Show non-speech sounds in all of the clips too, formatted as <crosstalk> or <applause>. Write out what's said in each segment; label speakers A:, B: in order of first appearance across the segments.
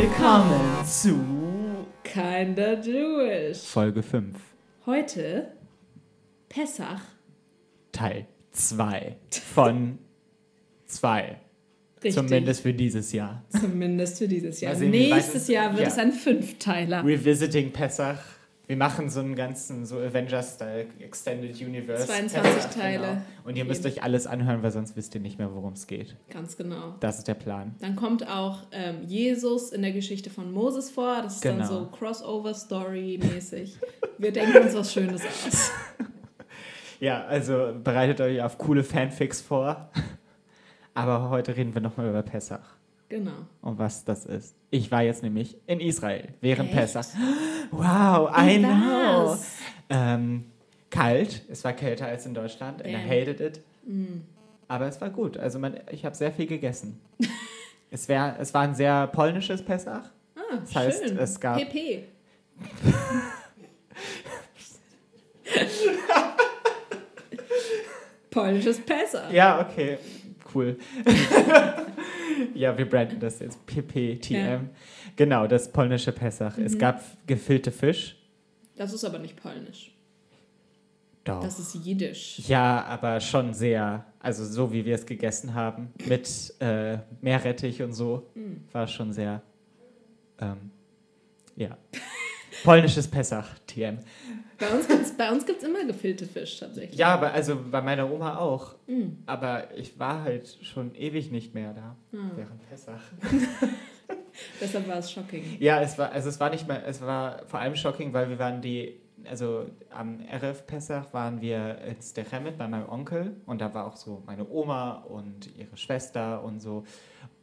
A: willkommen zu
B: Kinda Jewish.
A: Folge 5,
B: Heute Pessach.
A: Teil 2 von 2.
B: Richtig.
A: Zumindest für dieses Jahr.
B: Zumindest für dieses Jahr.
A: Mal sehen, wie weit es-
B: Nächstes Jahr wird
A: ja.
B: es ein Fünfteiler.
A: Revisiting Pessach. Wir machen so einen ganzen so Avengers-Style Extended Universe.
B: 22
A: Pessach,
B: Teile.
A: Genau. Und ihr müsst euch alles anhören, weil sonst wisst ihr nicht mehr, worum es geht.
B: Ganz genau.
A: Das ist der Plan.
B: Dann kommt auch ähm, Jesus in der Geschichte von Moses vor. Das ist dann
A: Genau.
B: so Crossover-Story-mäßig. Wir denken uns was Schönes aus.
A: <laughs> Ja, also bereitet euch auf coole Fanfics vor. <laughs> Aber heute reden wir nochmal über Pessach.
B: Genau.
A: und was das ist. Ich war jetzt nämlich in Israel während
B: Echt?
A: Pessach. Wow, I know.
B: Was?
A: Ähm, kalt, es war kälter als in Deutschland. And I
B: Damn. Mm.
A: hated it. Aber es war gut. Also man, ich habe sehr
B: <laughs>
A: viel gegessen. es, wär, es war ein sehr polnisches Pessach.
B: Ah,
A: Das heißt,
B: schön.
A: es gab-
B: PP.
A: <laughs>
B: Polnisches Pessach.
A: Ja, okay, cool. <laughs> ja, wir branden das jetzt PPTM.
B: Ja. Mhm.
A: Genau, das polnische Pessach. Es gab gefüllte Fisch.
B: Das ist aber nicht polnisch.
A: Doch.
B: Das ist jiddisch.
A: Ja, aber schon sehr. Also so wie wir es gegessen haben, mit äh, Meerrettich und so, war schon sehr. Ähm, ja. <laughs> Polnisches Pessach, TM.
B: Bei uns gibt's, bei uns gibt's immer gefüllte Fisch tatsächlich.
A: Ja, aber also bei meiner Oma auch. Aber ich war halt schon ewig nicht mehr da während Pessach.
B: Deshalb war es shocking.
A: Ja, es war, also es war nicht mehr, es war vor allem shocking, weil wir waren die, also am RF Pessach waren wir in Stechemet bei meinem Onkel und da war auch so meine Oma und ihre Schwester und so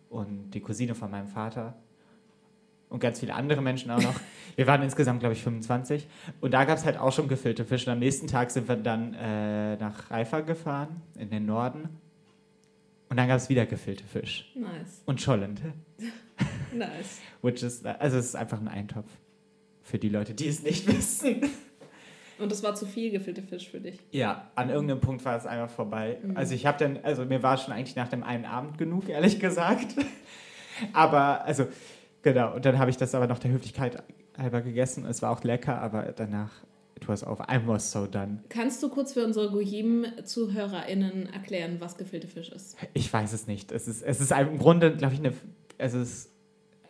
A: und die Cousine von meinem Vater und ganz viele andere Menschen auch noch. Wir waren insgesamt, glaube ich, 25 und da gab es halt auch schon gefüllte Fische. Und am nächsten Tag sind wir dann äh, nach Haifa gefahren, in den Norden und dann gab es wieder gefüllte Fisch
B: Nice,
A: und Schollente.
B: nice.
A: Which is, also es ist einfach ein Eintopf. Für die Leute, die es nicht <laughs> wissen.
B: Und es war zu viel gefüllte Fisch für dich.
A: Ja, an irgendeinem Punkt war es einfach vorbei. Also ich habe dann, also mir war schon eigentlich nach dem einen Abend genug, ehrlich gesagt. <laughs> Aber, also, genau. Und dann habe ich das aber noch der Höflichkeit halber gegessen. Es war auch lecker, aber danach, it was over. I was so done.
B: Kannst du kurz für unsere Goyim-ZuhörerInnen erklären, was gefüllte Fisch ist?
A: Ich weiß es nicht. Es ist, es ist im Grunde, glaube ich, eine, also es ist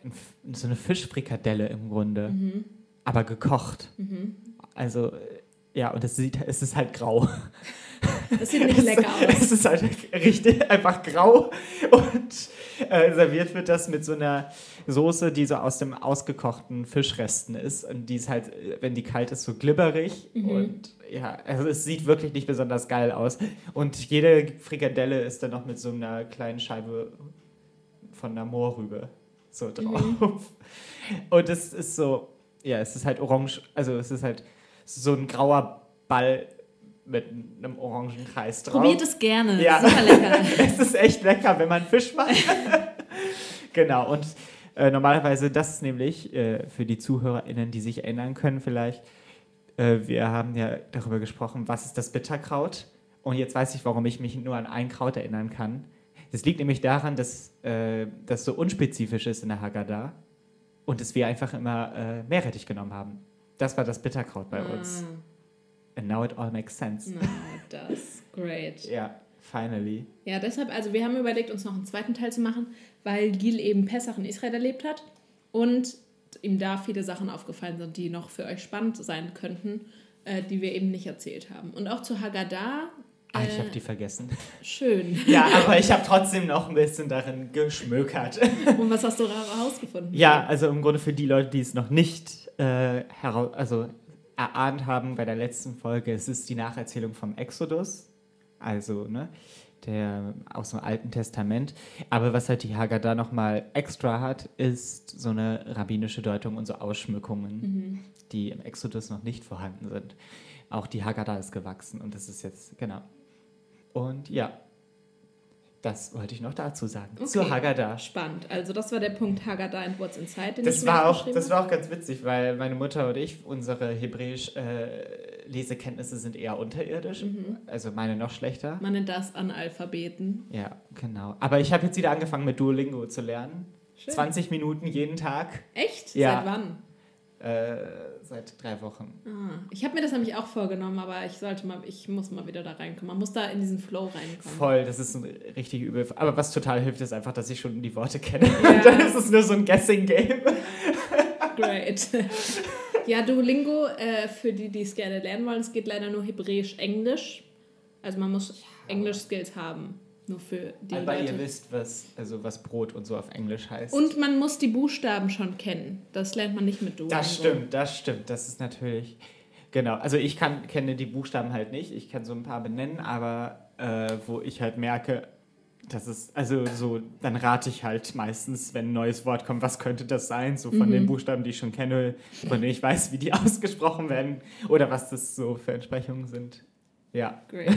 A: ein F- so eine Fischfrikadelle im Grunde.
B: Mhm.
A: Aber gekocht. Also, ja, und es sieht, es ist halt grau.
B: Das sieht
A: <laughs>
B: nicht lecker aus.
A: Es ist halt richtig einfach grau und äh, serviert wird das mit so einer Soße, die so aus dem ausgekochten Fischresten ist und die ist halt, äh, wenn die kalt ist, so glibberig
B: Mhm.
A: und ja, also es sieht wirklich nicht besonders geil aus und jede Frikadelle ist dann noch mit so einer kleinen Scheibe von einer Moorrübe so
B: Mhm.
A: drauf und es ist so, ja, es ist halt orange, also es ist halt so ein grauer Ball mit einem orangen Kreis drauf.
B: Probiert es gerne.
A: Ja.
B: Super lecker.
A: Es ist echt lecker, wenn man Fisch macht. <laughs> genau, und äh, normalerweise das ist nämlich äh, für die ZuhörerInnen, die sich erinnern können vielleicht, äh, wir haben ja darüber gesprochen, was ist das Bitterkraut? Und jetzt weiß ich, warum ich mich nur an ein Kraut erinnern kann. Das liegt nämlich daran, dass äh, das so unspezifisch ist in der Haggadah und dass wir einfach immer äh, Meerrettich genommen haben. Das war das Bitterkraut <laughs> bei uns.
B: Ah,
A: And now it all makes sense.
B: na, das. Great.
A: Ja, finally.
B: Ja, deshalb, also wir haben überlegt, uns noch einen zweiten Teil zu machen, weil Gil eben Pessach in Israel erlebt hat und ihm da viele Sachen aufgefallen sind, die noch für euch spannend sein könnten, äh, die wir eben nicht erzählt haben. Und auch zu Haggadah,
A: Ah, ich habe
B: Äh,
A: die vergessen.
B: schön.
A: Ja, aber ich habe trotzdem noch ein bisschen darin geschmökert.
B: <laughs> Und was hast du herausgefunden?
A: Ja, also im Grunde für die Leute, die es noch nicht äh, heraus, also erahnt haben bei der letzten Folge, es ist die Nacherzählung vom Exodus, also ne, der aus dem Alten Testament. Aber was halt die Haggadah nochmal extra hat, ist so eine rabbinische Deutung und so Ausschmückungen, die im Exodus noch nicht vorhanden sind. Auch die Haggadah ist gewachsen und das ist jetzt, genau. Und ja, das wollte ich noch dazu sagen. Zur
B: Okay.
A: Haggadah.
B: Spannend. Also das war der Punkt Haggadah and What's Inside, den ich
A: Das
B: mir
A: war, auch,
B: aufgeschrieben
A: das
B: habe.
A: war auch ganz witzig, weil meine Mutter und ich, unsere Hebräisch-Lesekenntnisse sind eher unterirdisch.
B: Mhm.
A: Also meine noch schlechter.
B: Man nennt das Analphabeten.
A: Ja, genau. Aber ich habe jetzt wieder angefangen mit Duolingo zu lernen.
B: Schön.
A: 20 Minuten jeden Tag
B: Echt?
A: Ja.
B: Seit wann?
A: äh, seit drei Wochen.
B: Ah, ich habe mir das nämlich auch vorgenommen, aber ich sollte mal, ich muss mal wieder da reinkommen. Man muss da in diesen Flow reinkommen.
A: Voll, das ist ein richtig übel. Aber was total hilft, ist einfach, dass ich schon die Worte kenne. <laughs>
B: Ja.
A: Dann ist es nur so ein Guessing-Game. <laughs>
B: Great. ja, Duolingo, äh, für die, die es gerne lernen wollen, es geht leider nur Hebräisch, Englisch. Also man muss Englisch-Skills haben. Nur für die
A: Aber ihr
B: Leute.
A: wisst, was, also was Brot und so auf Englisch heißt.
B: Und man muss die Buchstaben schon kennen. Das lernt man nicht mit Duolingo.
A: das stimmt, das stimmt. Das ist natürlich. Genau, also ich kann, kenne die Buchstaben halt nicht. Ich kann so ein paar benennen, aber äh, wo ich halt merke, das ist, also so, dann rate ich halt meistens, wenn ein neues Wort kommt, was könnte das sein? So von den Buchstaben, die ich schon kenne, von denen ich weiß, wie die <laughs> ausgesprochen werden oder was das so für Entsprechungen sind. Ja,
B: Great.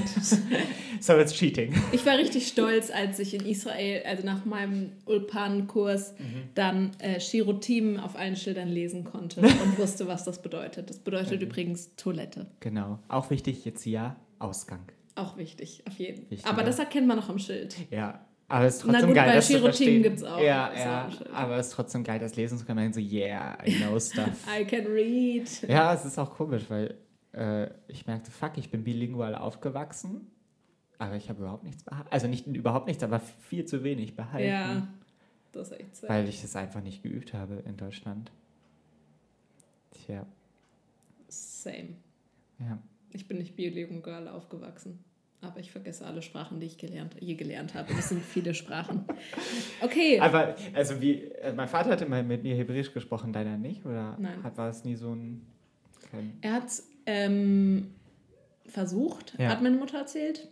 A: so it's cheating.
B: Ich war richtig stolz, als ich in Israel, also nach meinem Ulpan-Kurs,
A: Mhm.
B: dann äh, Shirotim auf allen Schildern lesen
A: <laughs>
B: konnte und wusste, was das bedeutet. Das bedeutet übrigens Toilette.
A: Genau. Auch wichtig jetzt ja, Ausgang.
B: Auch wichtig, auf jeden Fall.
A: Wichtig,
B: Aber
A: ja.
B: das erkennt man noch am Schild.
A: Ja. Aber es ist
B: Na
A: trotzdem
B: gut,
A: geil,
B: bei
A: das zu
B: Shirotin
A: verstehen.
B: gibt's auch
A: Ja,
B: so
A: ja.
B: ein Schild.
A: Aber es ist trotzdem geil, das lesen zu können. Man denkt so, yeah, I
B: <laughs>
A: know stuff.
B: I can read.
A: ja, es ist auch komisch, weil äh, ich merkte, fuck, ich bin bilingual aufgewachsen, aber ich habe überhaupt nichts behalten. Also nicht überhaupt nichts, aber viel zu wenig behalten.
B: Ja, das ist echt sad.
A: Weil ich es einfach nicht geübt habe in Deutschland. Tja,
B: Same.
A: ja.
B: Ich bin nicht bilingual aufgewachsen. Aber ich vergesse alle Sprachen, die ich gelernt, je gelernt habe. Das sind viele Sprachen. Okay.
A: Aber, also wie, äh, mein Vater hat immer mit mir Hebräisch gesprochen, deiner nicht? Oder
B: Nein.
A: Hat, war es nie so ein... Kein
B: Er hat es ähm, versucht,
A: Ja.
B: hat meine Mutter erzählt,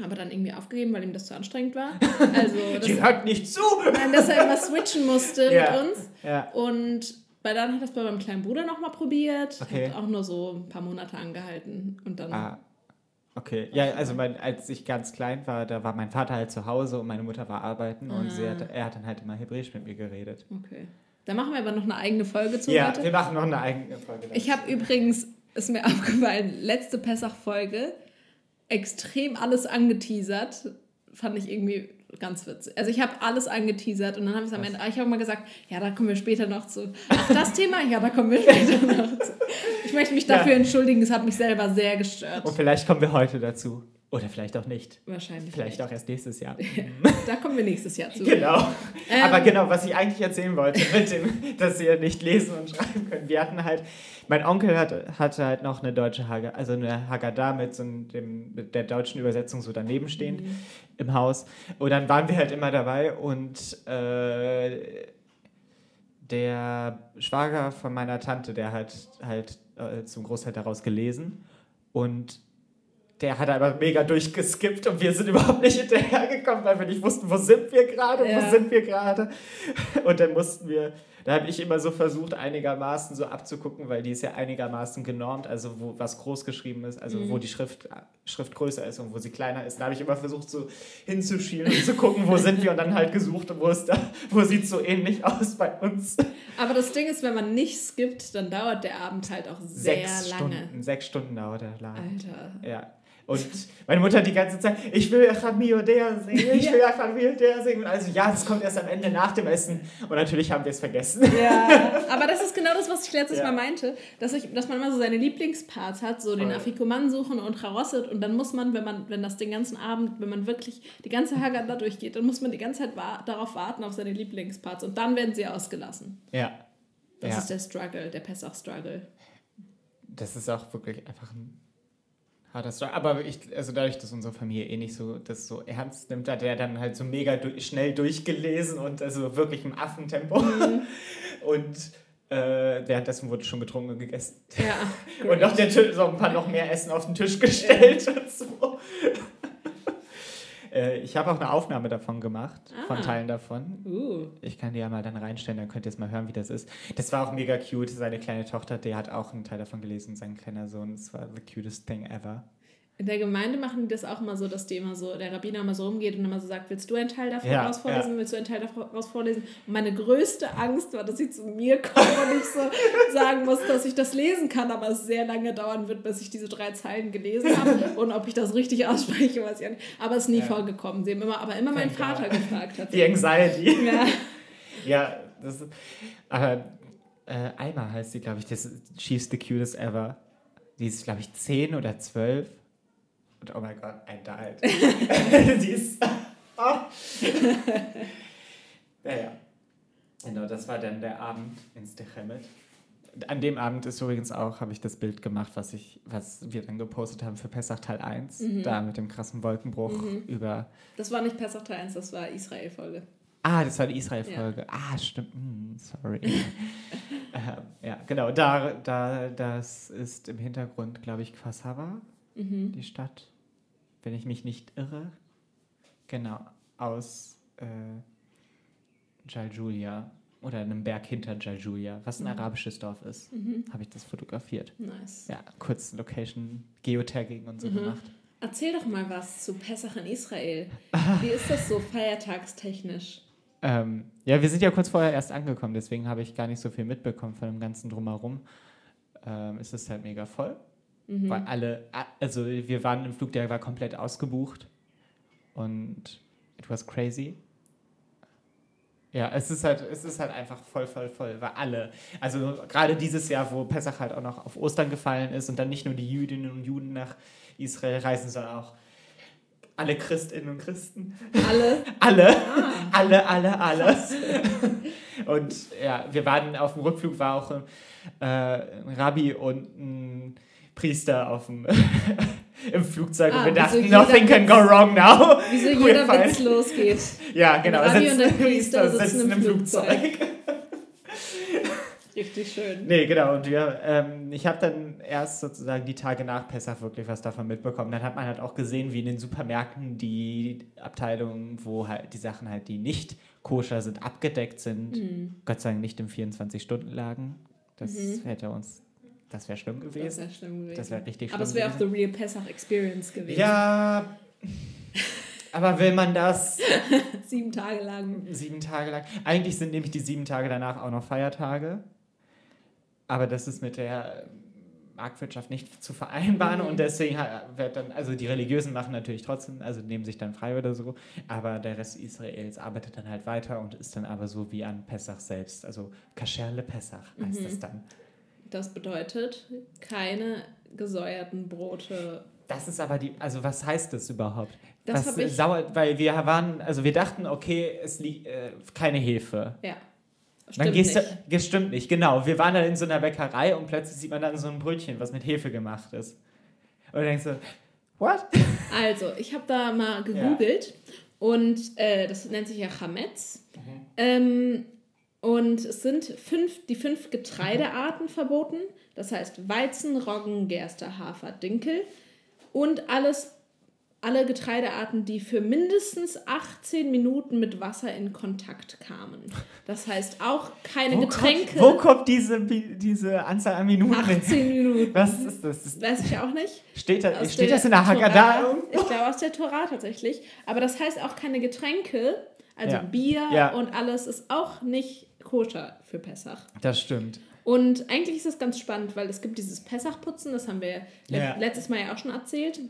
B: aber dann irgendwie aufgegeben, weil ihm das zu anstrengend war. Also,
A: <laughs> Die
B: dass,
A: hört nicht zu!
B: nein, dass er immer switchen musste
A: Ja.
B: mit uns.
A: Ja.
B: Und weil dann hat er es bei meinem kleinen Bruder nochmal probiert.
A: Okay.
B: Hat auch nur so ein paar Monate angehalten. Und dann.
A: Ah, okay. Ja, also mein, als ich ganz klein war, da war mein Vater halt zu Hause und meine Mutter war arbeiten und sie hat, er hat dann halt immer Hebräisch mit mir geredet.
B: Okay. Da machen wir aber noch eine eigene Folge zu
A: ja,
B: heute.
A: wir machen noch eine eigene Folge. dazu.
B: Ich habe übrigens, ist mir <laughs> aufgefallen, letzte Pessach-Folge extrem alles angeteasert. Fand ich irgendwie ganz witzig. Also ich habe alles angeteasert und dann habe ich am Ende, ah, ich habe mal gesagt, ja, da kommen wir später noch zu. Ach, das Thema? Ja, da kommen wir <laughs> später noch zu. Ich möchte mich dafür
A: Ja.
B: entschuldigen, es hat mich selber sehr gestört.
A: und vielleicht kommen wir heute dazu. Oder vielleicht auch nicht.
B: Wahrscheinlich.
A: Vielleicht auch erst nächstes Jahr.
B: Da kommen wir nächstes Jahr zu.
A: genau.
B: Ähm.
A: Aber genau, was ich eigentlich erzählen wollte, <laughs> mit dem, dass sie ja nicht lesen und schreiben können. Wir hatten halt, mein Onkel hatte, hatte halt noch eine deutsche Haggadah, also eine Haggadah mit, so einem- dem, mit der deutschen Übersetzung so daneben stehend im Haus. Und dann waren wir halt immer dabei und äh, der Schwager von meiner Tante, der hat halt äh, zum Großteil daraus gelesen und der hat aber mega durchgeskippt und wir sind <laughs> überhaupt nicht hinterhergekommen, weil wir nicht wussten, wo sind wir gerade,
B: Ja.
A: wo sind wir gerade. Und dann mussten wir, da habe ich immer so versucht, einigermaßen so abzugucken, weil die ist ja einigermaßen genormt, also wo was groß geschrieben ist, also
B: Mhm.
A: wo die Schrift, Schrift größer ist und wo sie kleiner ist. Da habe ich immer versucht, so hinzuschielen und zu gucken, wo sind wir und dann halt gesucht und wo ist da, wo sieht so ähnlich aus bei uns.
B: Aber das Ding ist, wenn man nicht skippt, dann dauert der Abend halt auch sehr
A: Sechs
B: lange.
A: Stunden, sechs Stunden dauert der Laden.
B: Alter.
A: Ja. Und meine Mutter die ganze Zeit, ich will Ramiro der singen, ich will Ramiro der singen. Und also ja, es kommt erst am Ende nach dem Essen. Und natürlich haben wir es vergessen.
B: Ja, <laughs> aber das ist genau das, was ich letztes
A: Ja.
B: Mal meinte, dass, ich, dass man immer so seine Lieblingsparts hat, so den
A: Voll.
B: Afikoman suchen und Charosset und dann muss man, wenn man, wenn das den ganzen Abend, wenn man wirklich die ganze Haggadah durchgeht, dann muss man die ganze Zeit wa darauf warten, auf seine Lieblingsparts und dann werden sie ausgelassen.
A: Ja.
B: Das
A: ja.
B: ist der Struggle, der
A: <laughs>
B: Pessach-Struggle.
A: das ist auch wirklich einfach ein harter Struggle. Aber ich, also dadurch, dass unsere Familie eh nicht so das so ernst nimmt, hat er dann halt so mega du schnell durchgelesen und also wirklich im Affentempo. <laughs> Und äh, währenddessen wurde schon getrunken und gegessen.
B: Ja,
A: Und noch der Tisch, so ein paar noch mehr Essen auf den Tisch gestellt und so. <laughs> Äh, Ich habe auch eine Aufnahme davon gemacht,
B: Ah.
A: von Teilen davon.
B: uh,
A: Ich kann die ja mal dann reinstellen, dann könnt ihr es mal hören, wie das ist. Das war auch mega cute. Seine kleine Tochter, die hat auch einen Teil davon gelesen, sein kleiner Sohn. Es war the cutest thing ever.
B: In der Gemeinde machen die das auch immer so, dass die immer so, der Rabbiner immer so rumgeht und immer so sagt, willst du einen Teil davon
A: Ja,
B: raus vorlesen, willst du einen Teil daraus vorlesen? Und meine größte Angst war, dass sie zu mir kommen und
A: <laughs>
B: ich so sagen muss, dass ich das lesen kann, aber es sehr lange dauern wird, bis ich diese drei Zeilen gelesen
A: <laughs>
B: habe und ob ich das richtig ausspreche, weiß ich auch nicht. Aber es ist nie
A: Ja.
B: vorgekommen. Sie haben immer, aber immer meinen
A: <laughs> Thank God.
B: Vater gefragt.
A: Die
B: tatsächlich.
A: Anxiety.
B: Ja.
A: Ja, das ist, aber äh, Alma heißt sie, glaube ich. Das, ist- she's the cutest ever. Die ist, glaube ich, 10 oder 12. Und oh mein Gott, ein da alt. <laughs> die ist. <laughs> Ah. naja. Genau, das war dann der Abend in Stechemet. An dem Abend ist übrigens auch, habe ich das Bild gemacht, was, ich, was wir dann gepostet haben für Pessach Teil 1. Da mit dem krassen Wolkenbruch über
B: Das war nicht Pessach Teil 1, das war Israel-Folge.
A: Ah, das war die Israel-Folge. Ah, stimmt. Hm, sorry. <laughs> ähm, ja, genau. Da, da, das ist im Hintergrund, glaube ich, Quasava,
B: Mhm.
A: die Stadt, wenn ich mich nicht irre. Genau, aus äh, Jaljulia oder einem Berg hinter Jaljulia, was ein arabisches Dorf ist. Habe ich das fotografiert.
B: Nice.
A: Ja, kurz Location, Geotagging und so gemacht.
B: Erzähl doch mal was zu Pessach in
A: <laughs>
B: Israel. Wie ist das so feiertagstechnisch?
A: Ähm, ja, wir sind ja kurz vorher erst angekommen, deswegen habe ich gar nicht so viel mitbekommen von dem ganzen Drumherum. Ähm, es ist halt mega voll.
B: Mhm.
A: Weil alle, a- also wir waren im Flug, der war komplett ausgebucht. Und it was crazy. Ja, es ist halt, es ist halt einfach voll, voll, voll, weil alle, also gerade dieses Jahr, wo Pessach halt auch noch auf Ostern gefallen ist und dann nicht nur die Jüdinnen und Juden nach Israel reisen, sondern auch alle Christinnen und Christen.
B: Alle?
A: <laughs>
B: Ah,
A: Alle, alle, alle, alle. <laughs> Und ja, wir waren auf dem Rückflug, war auch äh, ein Rabbi und ein Priester auf dem, <laughs> im Flugzeug
B: Ah,
A: und wir
B: wieso
A: dachten,
B: jeder
A: nothing can go
B: Witz-
A: wrong now.
B: Wieso
A: We're
B: jeder
A: fine.
B: Witz losgeht.
A: Ja, genau.
B: Rabbi
A: sitzen-
B: und der Priester sitzen im Richtig schön.
A: Nee, genau. Und wir, ähm, ich habe dann erst sozusagen die Tage nach Pessach wirklich was davon mitbekommen. Dann hat man halt auch gesehen, wie in den Supermärkten die Abteilungen, wo halt die Sachen halt, die nicht koscher sind, abgedeckt sind.
B: Mhm.
A: Gott sei Dank nicht im 24-Stunden-Lagen. Das hätte uns, das wäre schlimm
B: Das
A: gewesen.
B: wäre schlimm gewesen.
A: Das wäre richtig schlimm.
B: Aber es wäre auch the
A: gewesen.
B: real Pessach Experience gewesen.
A: Ja, aber will man das?
B: <laughs> Sieben Tage lang.
A: sieben Tage lang. Eigentlich sind nämlich die sieben Tage danach auch noch Feiertage. Aber das ist mit der Marktwirtschaft nicht zu vereinbaren
B: Mhm.
A: und deswegen ha- wird dann, also die Religiösen machen natürlich trotzdem, also nehmen sich dann frei oder so, aber der Rest Israels arbeitet dann halt weiter und ist dann aber so wie an Pessach selbst, also Kascherle Pessach heißt
B: Mhm.
A: das dann.
B: Das bedeutet keine gesäuerten Brote.
A: Das ist aber die, also was heißt das überhaupt?
B: Das
A: was
B: hab ich-
A: sauer, weil wir waren, also wir dachten, okay, es liegt äh, keine Hefe.
B: Ja.
A: Dann
B: Stimmt
A: gehst
B: nicht.
A: du, ge- stimmt nicht, genau. Wir waren dann in so einer Bäckerei und plötzlich sieht man dann so ein Brötchen, was mit Hefe gemacht ist. Und dann denkst du, what?
B: Also, ich habe da mal gegoogelt und äh, das nennt sich ja Chametz.
A: Mhm.
B: Ähm, und es sind fünf, die fünf
A: Mhm.
B: Getreidearten verboten. Das heißt Weizen, Roggen, Gerste, Hafer, Dinkel und alles, alle Getreidearten, die für mindestens 18 Minuten mit Wasser in Kontakt kamen. Das heißt auch keine Getränke.
A: Kommt, wo kommt diese, Bi- diese Anzahl an Minuten hin?
B: 18 Minuten.
A: Was ist das?
B: Weiß ich auch nicht.
A: Steht, da,
B: Aus
A: steht
B: der
A: das in der Haggadah?
B: Torah. Ich glaube aus der Torah tatsächlich. Aber das heißt auch keine Getränke, also
A: Ja.
B: Bier
A: Ja.
B: und alles ist auch nicht koscher für Pessach.
A: Das stimmt.
B: Und eigentlich ist das ganz spannend, weil es gibt dieses Pessachputzen, das haben wir le-
A: Ja.
B: letztes Mal ja auch schon erzählt.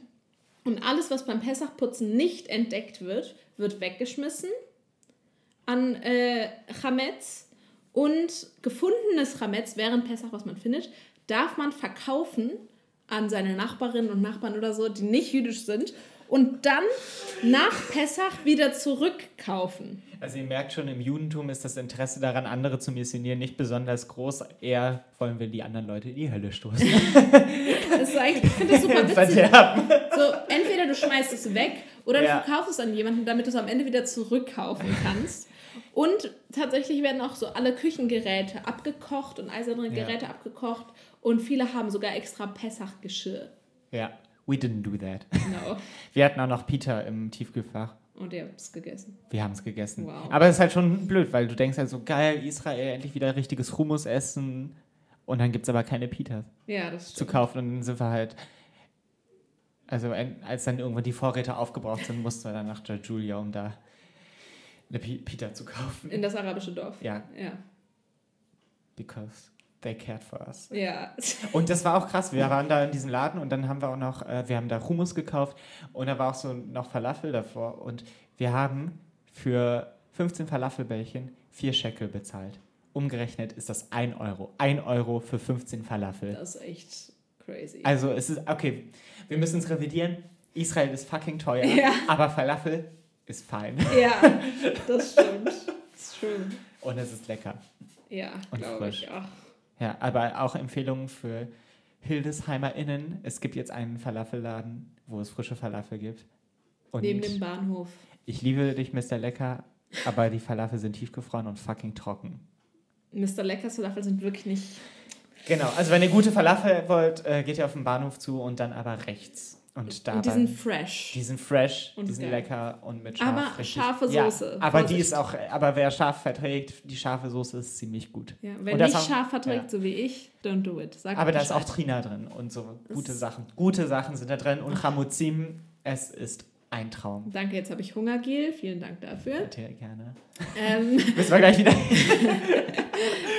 B: Und alles, was beim Pessachputzen nicht entdeckt wird, wird weggeschmissen an äh, Chametz. Und gefundenes Chametz während Pessach, was man findet, darf man verkaufen an seine Nachbarinnen und Nachbarn oder so, die nicht jüdisch sind. Und dann nach Pessach wieder zurückkaufen.
A: Also ihr merkt schon, im Judentum ist das Interesse daran, andere zu missionieren, nicht besonders groß. Eher wollen wir die anderen Leute in die Hölle stoßen.
B: Das ist eigentlich, ich finde das
A: <laughs>
B: super witzig.
A: Verderben.
B: So, entweder du schmeißt es weg oder
A: Ja.
B: du verkaufst es an jemanden, damit du es am Ende wieder zurückkaufen kannst. Und tatsächlich werden auch so alle Küchengeräte abgekocht und eiserne
A: Ja.
B: Geräte abgekocht. Und viele haben sogar extra Pessachgeschirr.
A: ja, we didn't do that.
B: Genau.
A: Wir hatten auch noch Peter im Tiefkühlfach.
B: Und ihr habt es gegessen.
A: Wir haben es gegessen.
B: Wow.
A: Aber es ist halt schon blöd, weil du denkst halt so, geil, Israel, endlich wieder richtiges Hummus essen. Und dann gibt es aber keine Pitas
B: Ja, das
A: zu
B: stimmt.
A: kaufen. Und dann sind wir halt. Also, ein- als dann irgendwann die Vorräte aufgebraucht sind, mussten wir dann nach Julia, um da eine Pi- Pita zu kaufen.
B: In das arabische Dorf.
A: Ja,
B: Ja.
A: because they cared for us.
B: Ja. <laughs>
A: Und das war auch krass. Wir waren da in diesem Laden und dann haben wir auch noch, äh, wir haben da Hummus gekauft und da war auch so noch Falafel davor. Und wir haben für 15 Falafelbällchen vier Shekel bezahlt. Umgerechnet ist das 1 Euro. 1 Euro für 15 Falafel.
B: Das ist echt crazy.
A: Also es ist, okay, wir müssen es revidieren. Israel ist fucking teuer,
B: Ja.
A: aber Falafel ist fein.
B: ja, das stimmt. Das stimmt.
A: Und es ist lecker.
B: Ja,
A: Und
B: glaube ich.
A: frisch.
B: Ach,
A: Ja, aber auch Empfehlungen für HildesheimerInnen. Es gibt jetzt einen Falafelladen, wo es frische Falafel gibt. Und
B: neben dem Bahnhof.
A: ich liebe dich, Mr. Lecker, aber die Falafel sind tiefgefroren und fucking trocken.
B: Mr. Leckers Falafel sind wirklich nicht.
A: Genau, also wenn ihr gute Falafel wollt, äh, geht ihr auf den Bahnhof zu und dann aber rechts. Und da
B: Und die sind fresh.
A: die sind fresh,
B: Und
A: die sind
B: geil.
A: lecker und mit scharf.
B: Aber scharfe Soße.
A: Ja, aber die
B: Vorsicht.
A: ist auch, aber wer scharf verträgt, die scharfe Soße ist ziemlich gut.
B: Ja,
A: Und
B: wenn
A: das
B: nicht
A: haben-
B: scharf verträgt,
A: ja.
B: so wie ich, don't do it. Sag
A: Aber
B: mir
A: da ist auch
B: Bescheid.
A: Trina drin und so
B: Das-
A: gute Sachen. Gute Sachen sind da drin und Ramuzim, es ist ein Traum.
B: Danke, jetzt habe ich Hunger, Gil. Vielen Dank dafür.
A: Bitte gerne.
B: ähm, <laughs>
A: Müssen wir gleich wieder.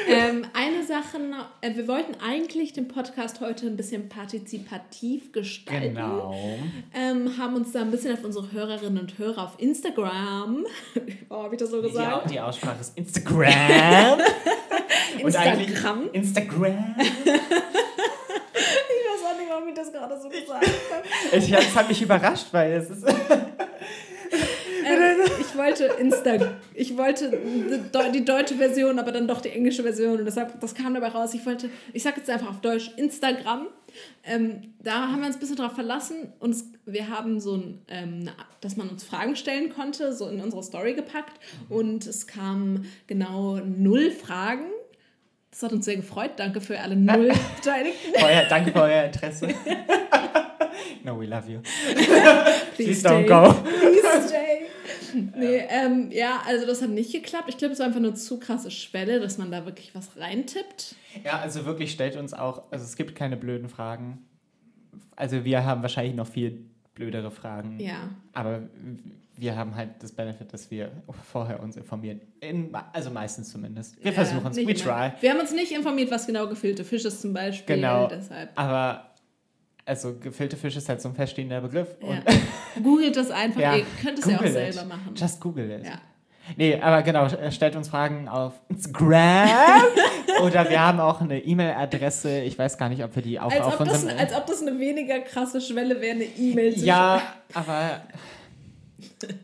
B: ähm, eine Sache noch. Äh, wir wollten eigentlich den Podcast heute ein bisschen partizipativ gestalten.
A: genau.
B: Ähm, haben uns da ein bisschen auf unsere Hörerinnen und Hörer auf Instagram. <laughs> oh, habe ich das so
A: Die, Au-
B: gesagt?
A: die Aussprache ist
B: <laughs>
A: Instagram. Und eigentlich-
B: Instagram. <laughs>
A: Instagram.
B: Ich weiß auch nicht, warum ich das gerade so gesagt habe.
A: Ich, das hat mich überrascht, weil es ist. <laughs>
B: Ähm, ich wollte Insta, ich wollte die Deu- die deutsche Version, aber dann doch die englische Version und deshalb, das kam dabei raus. Ich wollte, ich sage jetzt einfach auf Deutsch Instagram. Ähm, da haben wir uns ein bisschen drauf verlassen und es, wir haben so ein, ähm, eine Ab- dass man uns Fragen stellen konnte, so in unsere Story gepackt und es kamen genau null Fragen. Das hat uns sehr gefreut. Danke für alle
A: <laughs>
B: null Beteiligten.
A: Euer, danke für
B: <laughs>
A: euer Interesse. no, we love you. Please
B: stay.
A: don't go.
B: Please stay. <laughs> Nee, ähm, ja, also das hat nicht geklappt. Ich glaube, es war einfach eine zu krasse Schwelle, dass man da wirklich was reintippt.
A: Ja, also wirklich stellt uns auch, also es gibt keine blöden Fragen. Also wir haben wahrscheinlich noch viel blödere Fragen.
B: Ja.
A: Aber wir haben halt das Benefit, dass wir vorher uns informieren. In, also meistens zumindest. Wir
B: Äh,
A: versuchen es.
B: nicht
A: We
B: immer.
A: try.
B: Wir haben uns nicht informiert, was genau gefüllte Fisch ist zum Beispiel.
A: Genau.
B: Deshalb.
A: Aber also gefüllte Fisch ist halt so ein feststehender Begriff.
B: Ja. Googelt das einfach.
A: <laughs> Ja,
B: Ihr könnt es ja auch
A: Google
B: selber
A: it.
B: machen.
A: Just Google it.
B: Ja.
A: Nee, aber genau, äh, stellt uns Fragen auf
B: <laughs>
A: Instagram oder wir haben auch eine E-Mail-Adresse. Ich weiß gar nicht, ob wir die auch
B: Als
A: auf
B: ob, das,
A: unserem...
B: als ob das eine weniger krasse Schwelle wäre, eine E-Mail zu
A: ja, aber
B: schicken.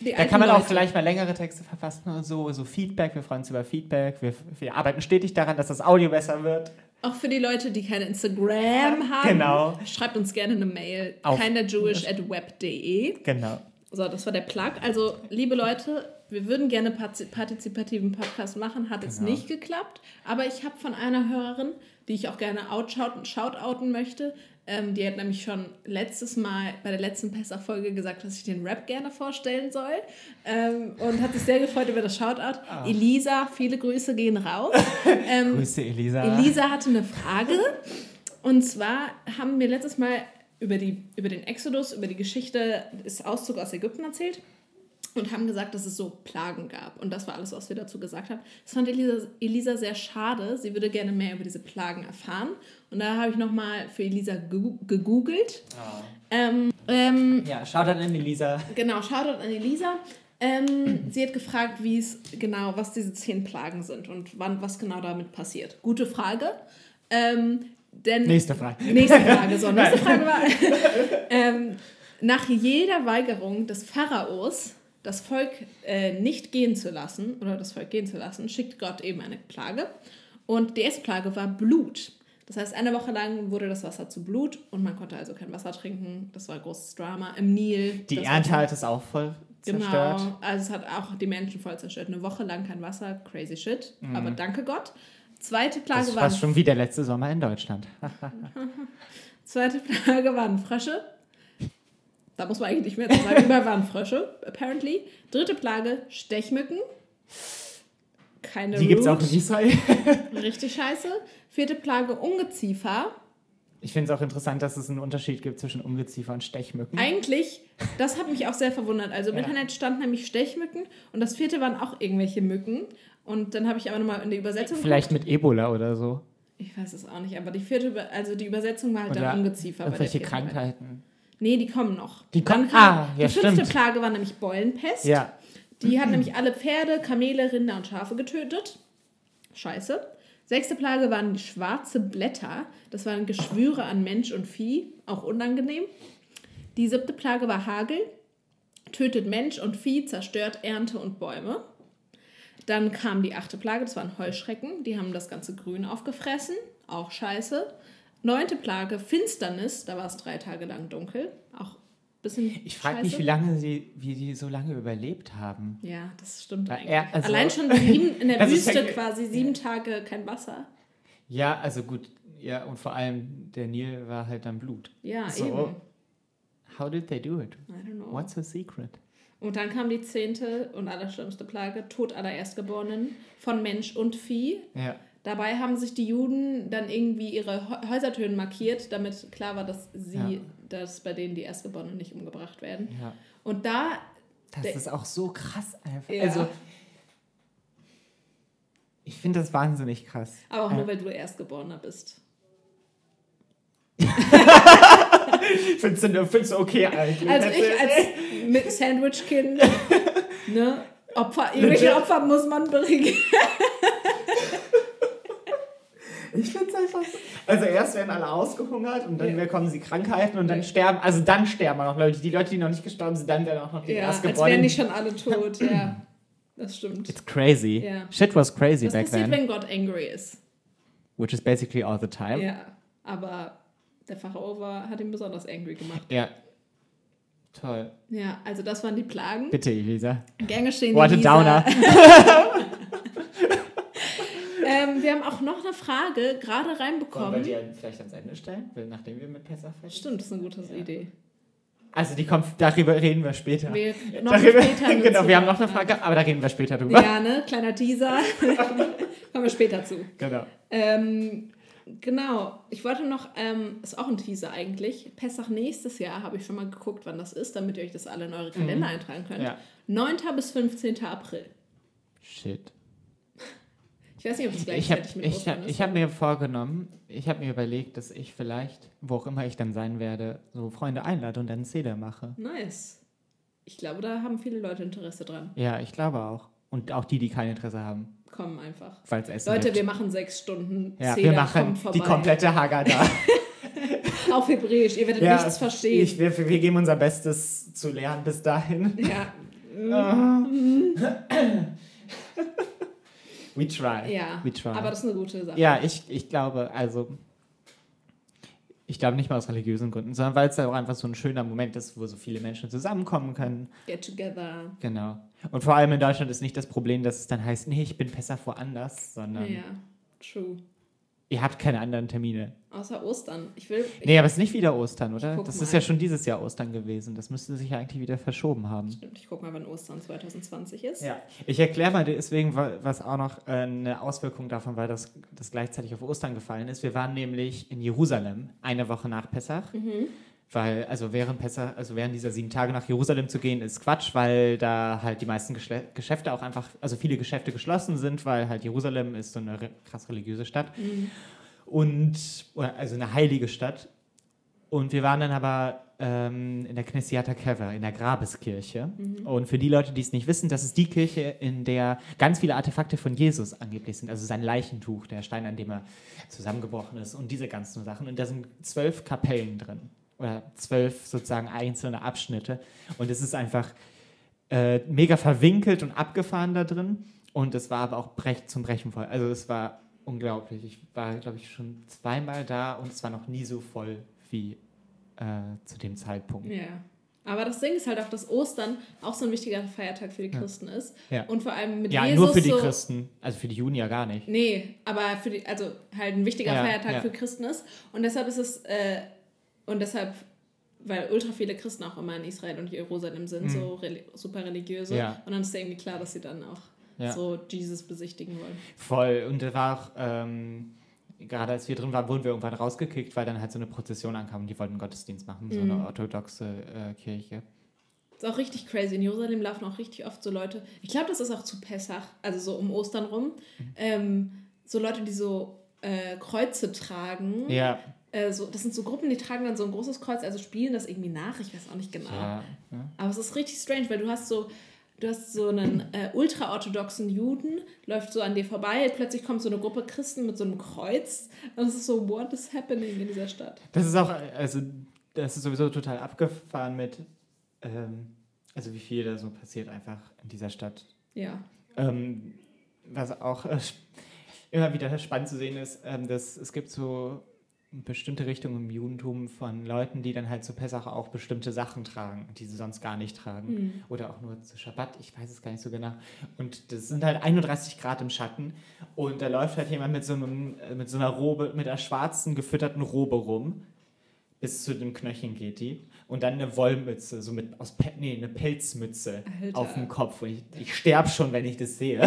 B: Die
A: da
B: alten
A: kann man auch
B: Leute.
A: vielleicht mal längere Texte verfassen und so. So Feedback, wir freuen uns über Feedback. Wir, wir arbeiten stetig daran, dass das Audio besser wird.
B: Auch für die Leute, die keine Instagram haben,
A: Genau.
B: schreibt uns gerne eine Mail.
A: Auf-
B: keinerjewish.web.de.
A: Genau.
B: So, das war der Plug. Also, liebe Leute, wir würden gerne parti- partizipativen Podcast machen, hat jetzt
A: Genau.
B: nicht geklappt. Aber ich habe von einer Hörerin, die ich auch gerne outshouten, shoutouten möchte, ähm, die hat nämlich schon letztes Mal bei der letzten Pessach-Folge gesagt, dass ich den Rap gerne vorstellen soll. Ähm, und hat sich sehr gefreut über das Shoutout. Elisa, viele Grüße gehen raus. Ähm,
A: Grüße, Elisa.
B: Elisa hatte eine Frage. Und zwar haben wir letztes Mal über, die, über den Exodus, über die Geschichte des Auszugs aus Ägypten erzählt und haben gesagt, dass es so Plagen gab. Und das war alles, was wir dazu gesagt haben. Das fand Elisa, Elisa sehr schade. Sie würde gerne mehr über diese Plagen erfahren. Und da habe ich nochmal für Elisa gegu- gegoogelt. Ähm, ähm,
A: Ja, schaut dann in Elisa.
B: Genau, Shoutout an Elisa. Ähm, sie hat gefragt, wie es genau, was diese zehn Plagen sind und wann, was genau damit passiert. Gute Frage. Ähm, denn
A: Nächste Frage.
B: Nächste Frage, so. Nächste
A: Nein.
B: Frage war, <laughs> ähm, nach jeder Weigerung des Pharaos, das Volk äh, nicht gehen zu lassen oder das Volk gehen zu lassen, schickt Gott eben eine Plage. Und die erste Plage war Blut. Das heißt, eine Woche lang wurde das Wasser zu Blut und man konnte also kein Wasser trinken. Das war großes Drama im Nil.
A: Die
B: das
A: Ernte hat es auch voll zerstört.
B: Genau, also es hat auch die Menschen voll zerstört. Eine Woche lang kein Wasser, crazy shit. Aber danke Gott. Zweite
A: Mhm. Das
B: Plage
A: ist
B: war
A: fast schon wie der letzte Sommer in Deutschland.
B: Zweite <laughs> Frage waren Frösche. Da muss man eigentlich nicht mehr zu
A: <laughs>
B: sagen, über waren Frösche, apparently. Dritte Plage, Stechmücken. Keine
A: Die gibt es auch
B: Root.
A: in Israel. <laughs>
B: Richtig scheiße. Vierte Plage, Ungeziefer.
A: Ich finde es auch interessant, dass es einen Unterschied gibt zwischen Ungeziefer und Stechmücken.
B: Eigentlich, das hat mich auch sehr verwundert. Also im
A: Mhm. Ja.
B: Internet stand nämlich Stechmücken und das vierte waren auch irgendwelche Mücken. Und dann habe ich aber nochmal in die Übersetzung.
A: Vielleicht mit Ebola oder so.
B: Ich weiß es auch nicht, aber die vierte, Über- also die Übersetzung war halt
A: Oder
B: dann Ungeziefer. bei der
A: irgendwelche
B: vierten Plage.
A: Krankheiten.
B: Nee, die kommen noch.
A: Die
B: Dann
A: kommen-
B: kam-
A: ah, ja,
B: Die fünfte
A: stimmt.
B: Plage war nämlich Beulenpest.
A: Ja,
B: Die hat nämlich alle Pferde, Kamele, Rinder und Schafe getötet. Scheiße. Sechste Plage waren die schwarze Blätter. Das waren Geschwüre an Mensch und Vieh, auch unangenehm. Die siebte Plage war Hagel. Tötet Mensch und Vieh, zerstört Ernte und Bäume. Dann kam die achte Plage, das waren Heuschrecken. Die haben das ganze Grün aufgefressen, auch scheiße. Neunte Plage, Finsternis, da war es drei Tage lang dunkel, auch ein bisschen
A: Ich frage
B: scheiße.
A: mich, wie lange sie, wie die so lange überlebt haben.
B: Ja, das stimmt
A: Na,
B: eigentlich.
A: er- also-
B: Allein schon sieben,
A: <laughs>
B: in der
A: Also es
B: Wüste
A: hängt-
B: quasi sieben Tage kein Wasser.
A: Ja, also gut. Ja, und vor allem der Nil war halt dann Blut.
B: Ja,
A: So.
B: eben.
A: How did they do it?
B: I don't know.
A: What's the secret?
B: Und dann kam die zehnte und allerschlimmste Plage, Tod aller Erstgeborenen von Mensch und Vieh.
A: Ja.
B: Dabei haben sich die Juden dann irgendwie ihre Hä- Häusertöne markiert, damit klar war, dass sie,
A: Ja.
B: dass bei denen die Erstgeborenen nicht umgebracht werden.
A: ja.
B: Und da,
A: Das
B: Der-
A: ist auch so krass einfach.
B: Ja.
A: Also, ich finde das wahnsinnig krass. Äh,
B: aber auch
A: Ja.
B: nur, weil du Erstgeborener bist.
A: Findest du, findest du okay eigentlich?
B: Also
A: Das
B: ich
A: ist-
B: als mit
A: <laughs>
B: Sandwich-Kind, ne? Opfer, irgendwelche Opfer muss man bringen.
A: Ich finde es einfach so. Also erst werden alle ausgehungert und dann
B: Ja.
A: bekommen sie Krankheiten und dann sterben, also dann sterben auch noch Leute. Die Leute, die noch nicht gestorben sind, dann werden auch noch die
B: Ja, als wären
A: Erstgeborenen.
B: die schon alle tot, ja. Das stimmt.
A: It's crazy.
B: Ja.
A: Shit was crazy
B: Das
A: back
B: passiert,
A: then,
B: wenn Gott angry ist.
A: which is basically all the time.
B: Ja, aber der Pharao war, hat ihn besonders angry gemacht.
A: Ja. Toll.
B: Ja, also das waren die Plagen.
A: Bitte, Elisa.
B: Gern geschehen.
A: What a
B: Elisa.
A: downer.
B: <laughs> Ähm, wir haben auch noch eine Frage gerade reinbekommen.
A: halt vielleicht ans Ende stellen, nachdem wir mit Pessach fertig
B: Stimmt, das ist eine gute
A: Ja.
B: Idee.
A: Also die kommt, darüber reden wir später.
B: Wir noch
A: <laughs> darüber,
B: später eine
A: genau, wir haben noch eine
B: Zuhörerfrage.
A: Frage, aber da reden wir später drüber.
B: Ja, ne? Kleiner
A: <laughs>
B: Teaser. Kommen wir später zu.
A: Genau.
B: Ähm, genau, ich wollte noch, ähm, ist auch ein Teaser eigentlich. Pessach nächstes Jahr habe ich schon mal geguckt, wann das ist, damit ihr euch das alle in eure Kalender eintragen könnt.
A: Mhm. Ja.
B: 9. bis 15. April.
A: Shit.
B: Ich weiß nicht, ob das
A: Ich habe
B: gleichzeitig mit
A: ich
B: Ostern
A: hab,
B: ist.
A: ich hab mir vorgenommen, ich habe mir überlegt, dass ich vielleicht, wo auch immer ich dann sein werde, so Freunde einlade und dann einen Zähler mache.
B: nice. Ich glaube, da haben viele Leute Interesse dran.
A: Ja, ich glaube auch. Und auch die, die kein Interesse haben,
B: Kommen einfach.
A: falls Essen
B: Leute,
A: gibt.
B: wir machen sechs Stunden.
A: ja,
B: Zeder
A: wir machen
B: kommt vorbei.
A: die komplette Haggadah.
B: Auf Hebräisch, ihr werdet <laughs>
A: ja,
B: nichts verstehen.
A: Ich, wir, wir geben unser Bestes zu lernen bis dahin.
B: ja. Mhm.
A: <laughs> We try.
B: ja.
A: We try.
B: Aber das ist eine gute Sache.
A: Ja, ich, ich glaube, also, ich glaube nicht mal aus religiösen Gründen, sondern weil es ja auch einfach so ein schöner Moment ist, wo so viele Menschen zusammenkommen können.
B: Get together.
A: Genau. Und vor allem in Deutschland ist nicht das Problem, dass es dann heißt, nee, ich bin besser woanders, sondern
B: Ja, true.
A: ihr habt keine anderen Termine.
B: Außer Ostern. Ich will. Ich
A: Nee, aber es ist nicht wieder Ostern, oder?
B: guck
A: Das
B: mal.
A: ist ja schon dieses Jahr Ostern gewesen. Das müsste sich ja eigentlich wieder verschoben haben.
B: Stimmt, ich guck mal, wann Ostern 2020 ist.
A: Ja, ich erkläre mal deswegen, wa- was auch noch äh, eine Auswirkung davon war, dass das gleichzeitig auf Ostern gefallen ist. Wir waren nämlich in Jerusalem eine Woche nach Pessach, weil also während Pessach, also während dieser sieben Tage nach Jerusalem zu gehen, ist Quatsch, weil da halt die meisten Geschle Geschäfte auch einfach, also viele Geschäfte geschlossen sind, weil halt Jerusalem ist so eine re krass religiöse Stadt und oder, also eine heilige Stadt. Und wir waren dann aber ähm, in der Knessiata Kever, in der Grabeskirche. Und für die Leute, die es nicht wissen, das ist die Kirche, in der ganz viele Artefakte von Jesus angeblich sind. Also sein Leichentuch, der Stein, an dem er zusammengebrochen ist und diese ganzen Sachen. Und da sind zwölf Kapellen drin. Oder zwölf sozusagen einzelne Abschnitte. Und es ist einfach äh, mega verwinkelt und abgefahren da drin. Und es war aber auch brech zum Brechen voll. Also es war unglaublich. Ich war, glaube ich, schon zweimal da und es war noch nie so voll wie äh, zu dem Zeitpunkt.
B: Ja. Aber das Ding ist halt auch, dass Ostern auch so ein wichtiger Feiertag für die
A: Ja.
B: Christen ist.
A: Ja.
B: Und vor allem mit
A: Ja,
B: Jesus
A: nur für die
B: so,
A: Christen. Also für die Juden ja gar nicht.
B: Nee, aber für die, also halt ein wichtiger
A: Ja,
B: Feiertag
A: ja.
B: für Christen ist. Und deshalb ist es, äh, und deshalb, weil ultra viele Christen auch immer in Israel und Jerusalem sind, so reli super religiöse.
A: Mhm. Ja.
B: Und dann ist ja irgendwie klar, dass sie dann auch
A: Ja.
B: so Jesus besichtigen wollen.
A: Voll. Und da war auch, ähm, gerade als wir drin waren, wurden wir irgendwann rausgekickt, weil dann halt so eine Prozession ankam und die wollten Gottesdienst machen, so eine orthodoxe äh, Kirche.
B: Ist auch richtig crazy. In Jerusalem laufen auch richtig oft so Leute. Ich glaube, das ist auch zu Pessach, also so um Ostern rum.
A: Mhm.
B: Ähm, so Leute, die so äh, Kreuze tragen.
A: Ja.
B: Äh, so, das sind so Gruppen, die tragen dann so ein großes Kreuz, also spielen das irgendwie nach. Ich weiß auch nicht genau.
A: ja. ja.
B: Aber es ist richtig strange, weil du hast so Du hast so einen äh, ultraorthodoxen Juden, läuft so an dir vorbei, plötzlich kommt so eine Gruppe Christen mit so einem Kreuz. Und es ist so, what is happening in dieser Stadt?
A: Das ist auch, also, das ist sowieso total abgefahren mit, ähm, also wie viel da so passiert einfach in dieser Stadt.
B: Ja.
A: Ähm, was auch äh, immer wieder spannend zu sehen ist, ähm, dass es gibt so bestimmte Richtungen im Judentum von Leuten, die dann halt zu Pessach auch bestimmte Sachen tragen, die sie sonst gar nicht tragen.
B: Hm.
A: Oder auch nur zu Schabbat, ich weiß es gar nicht so genau. Und das sind halt 31 Grad im Schatten. Und da läuft halt jemand mit so, einem, äh, mit so einer Robe, mit einer schwarzen, gefütterten Robe rum. Bis zu den Knöcheln geht die. Und dann eine Wollmütze, so mit aus Pe nee, eine Pelzmütze
B: Alter.
A: auf dem Kopf. Und ich, ich sterbe schon, wenn ich das sehe.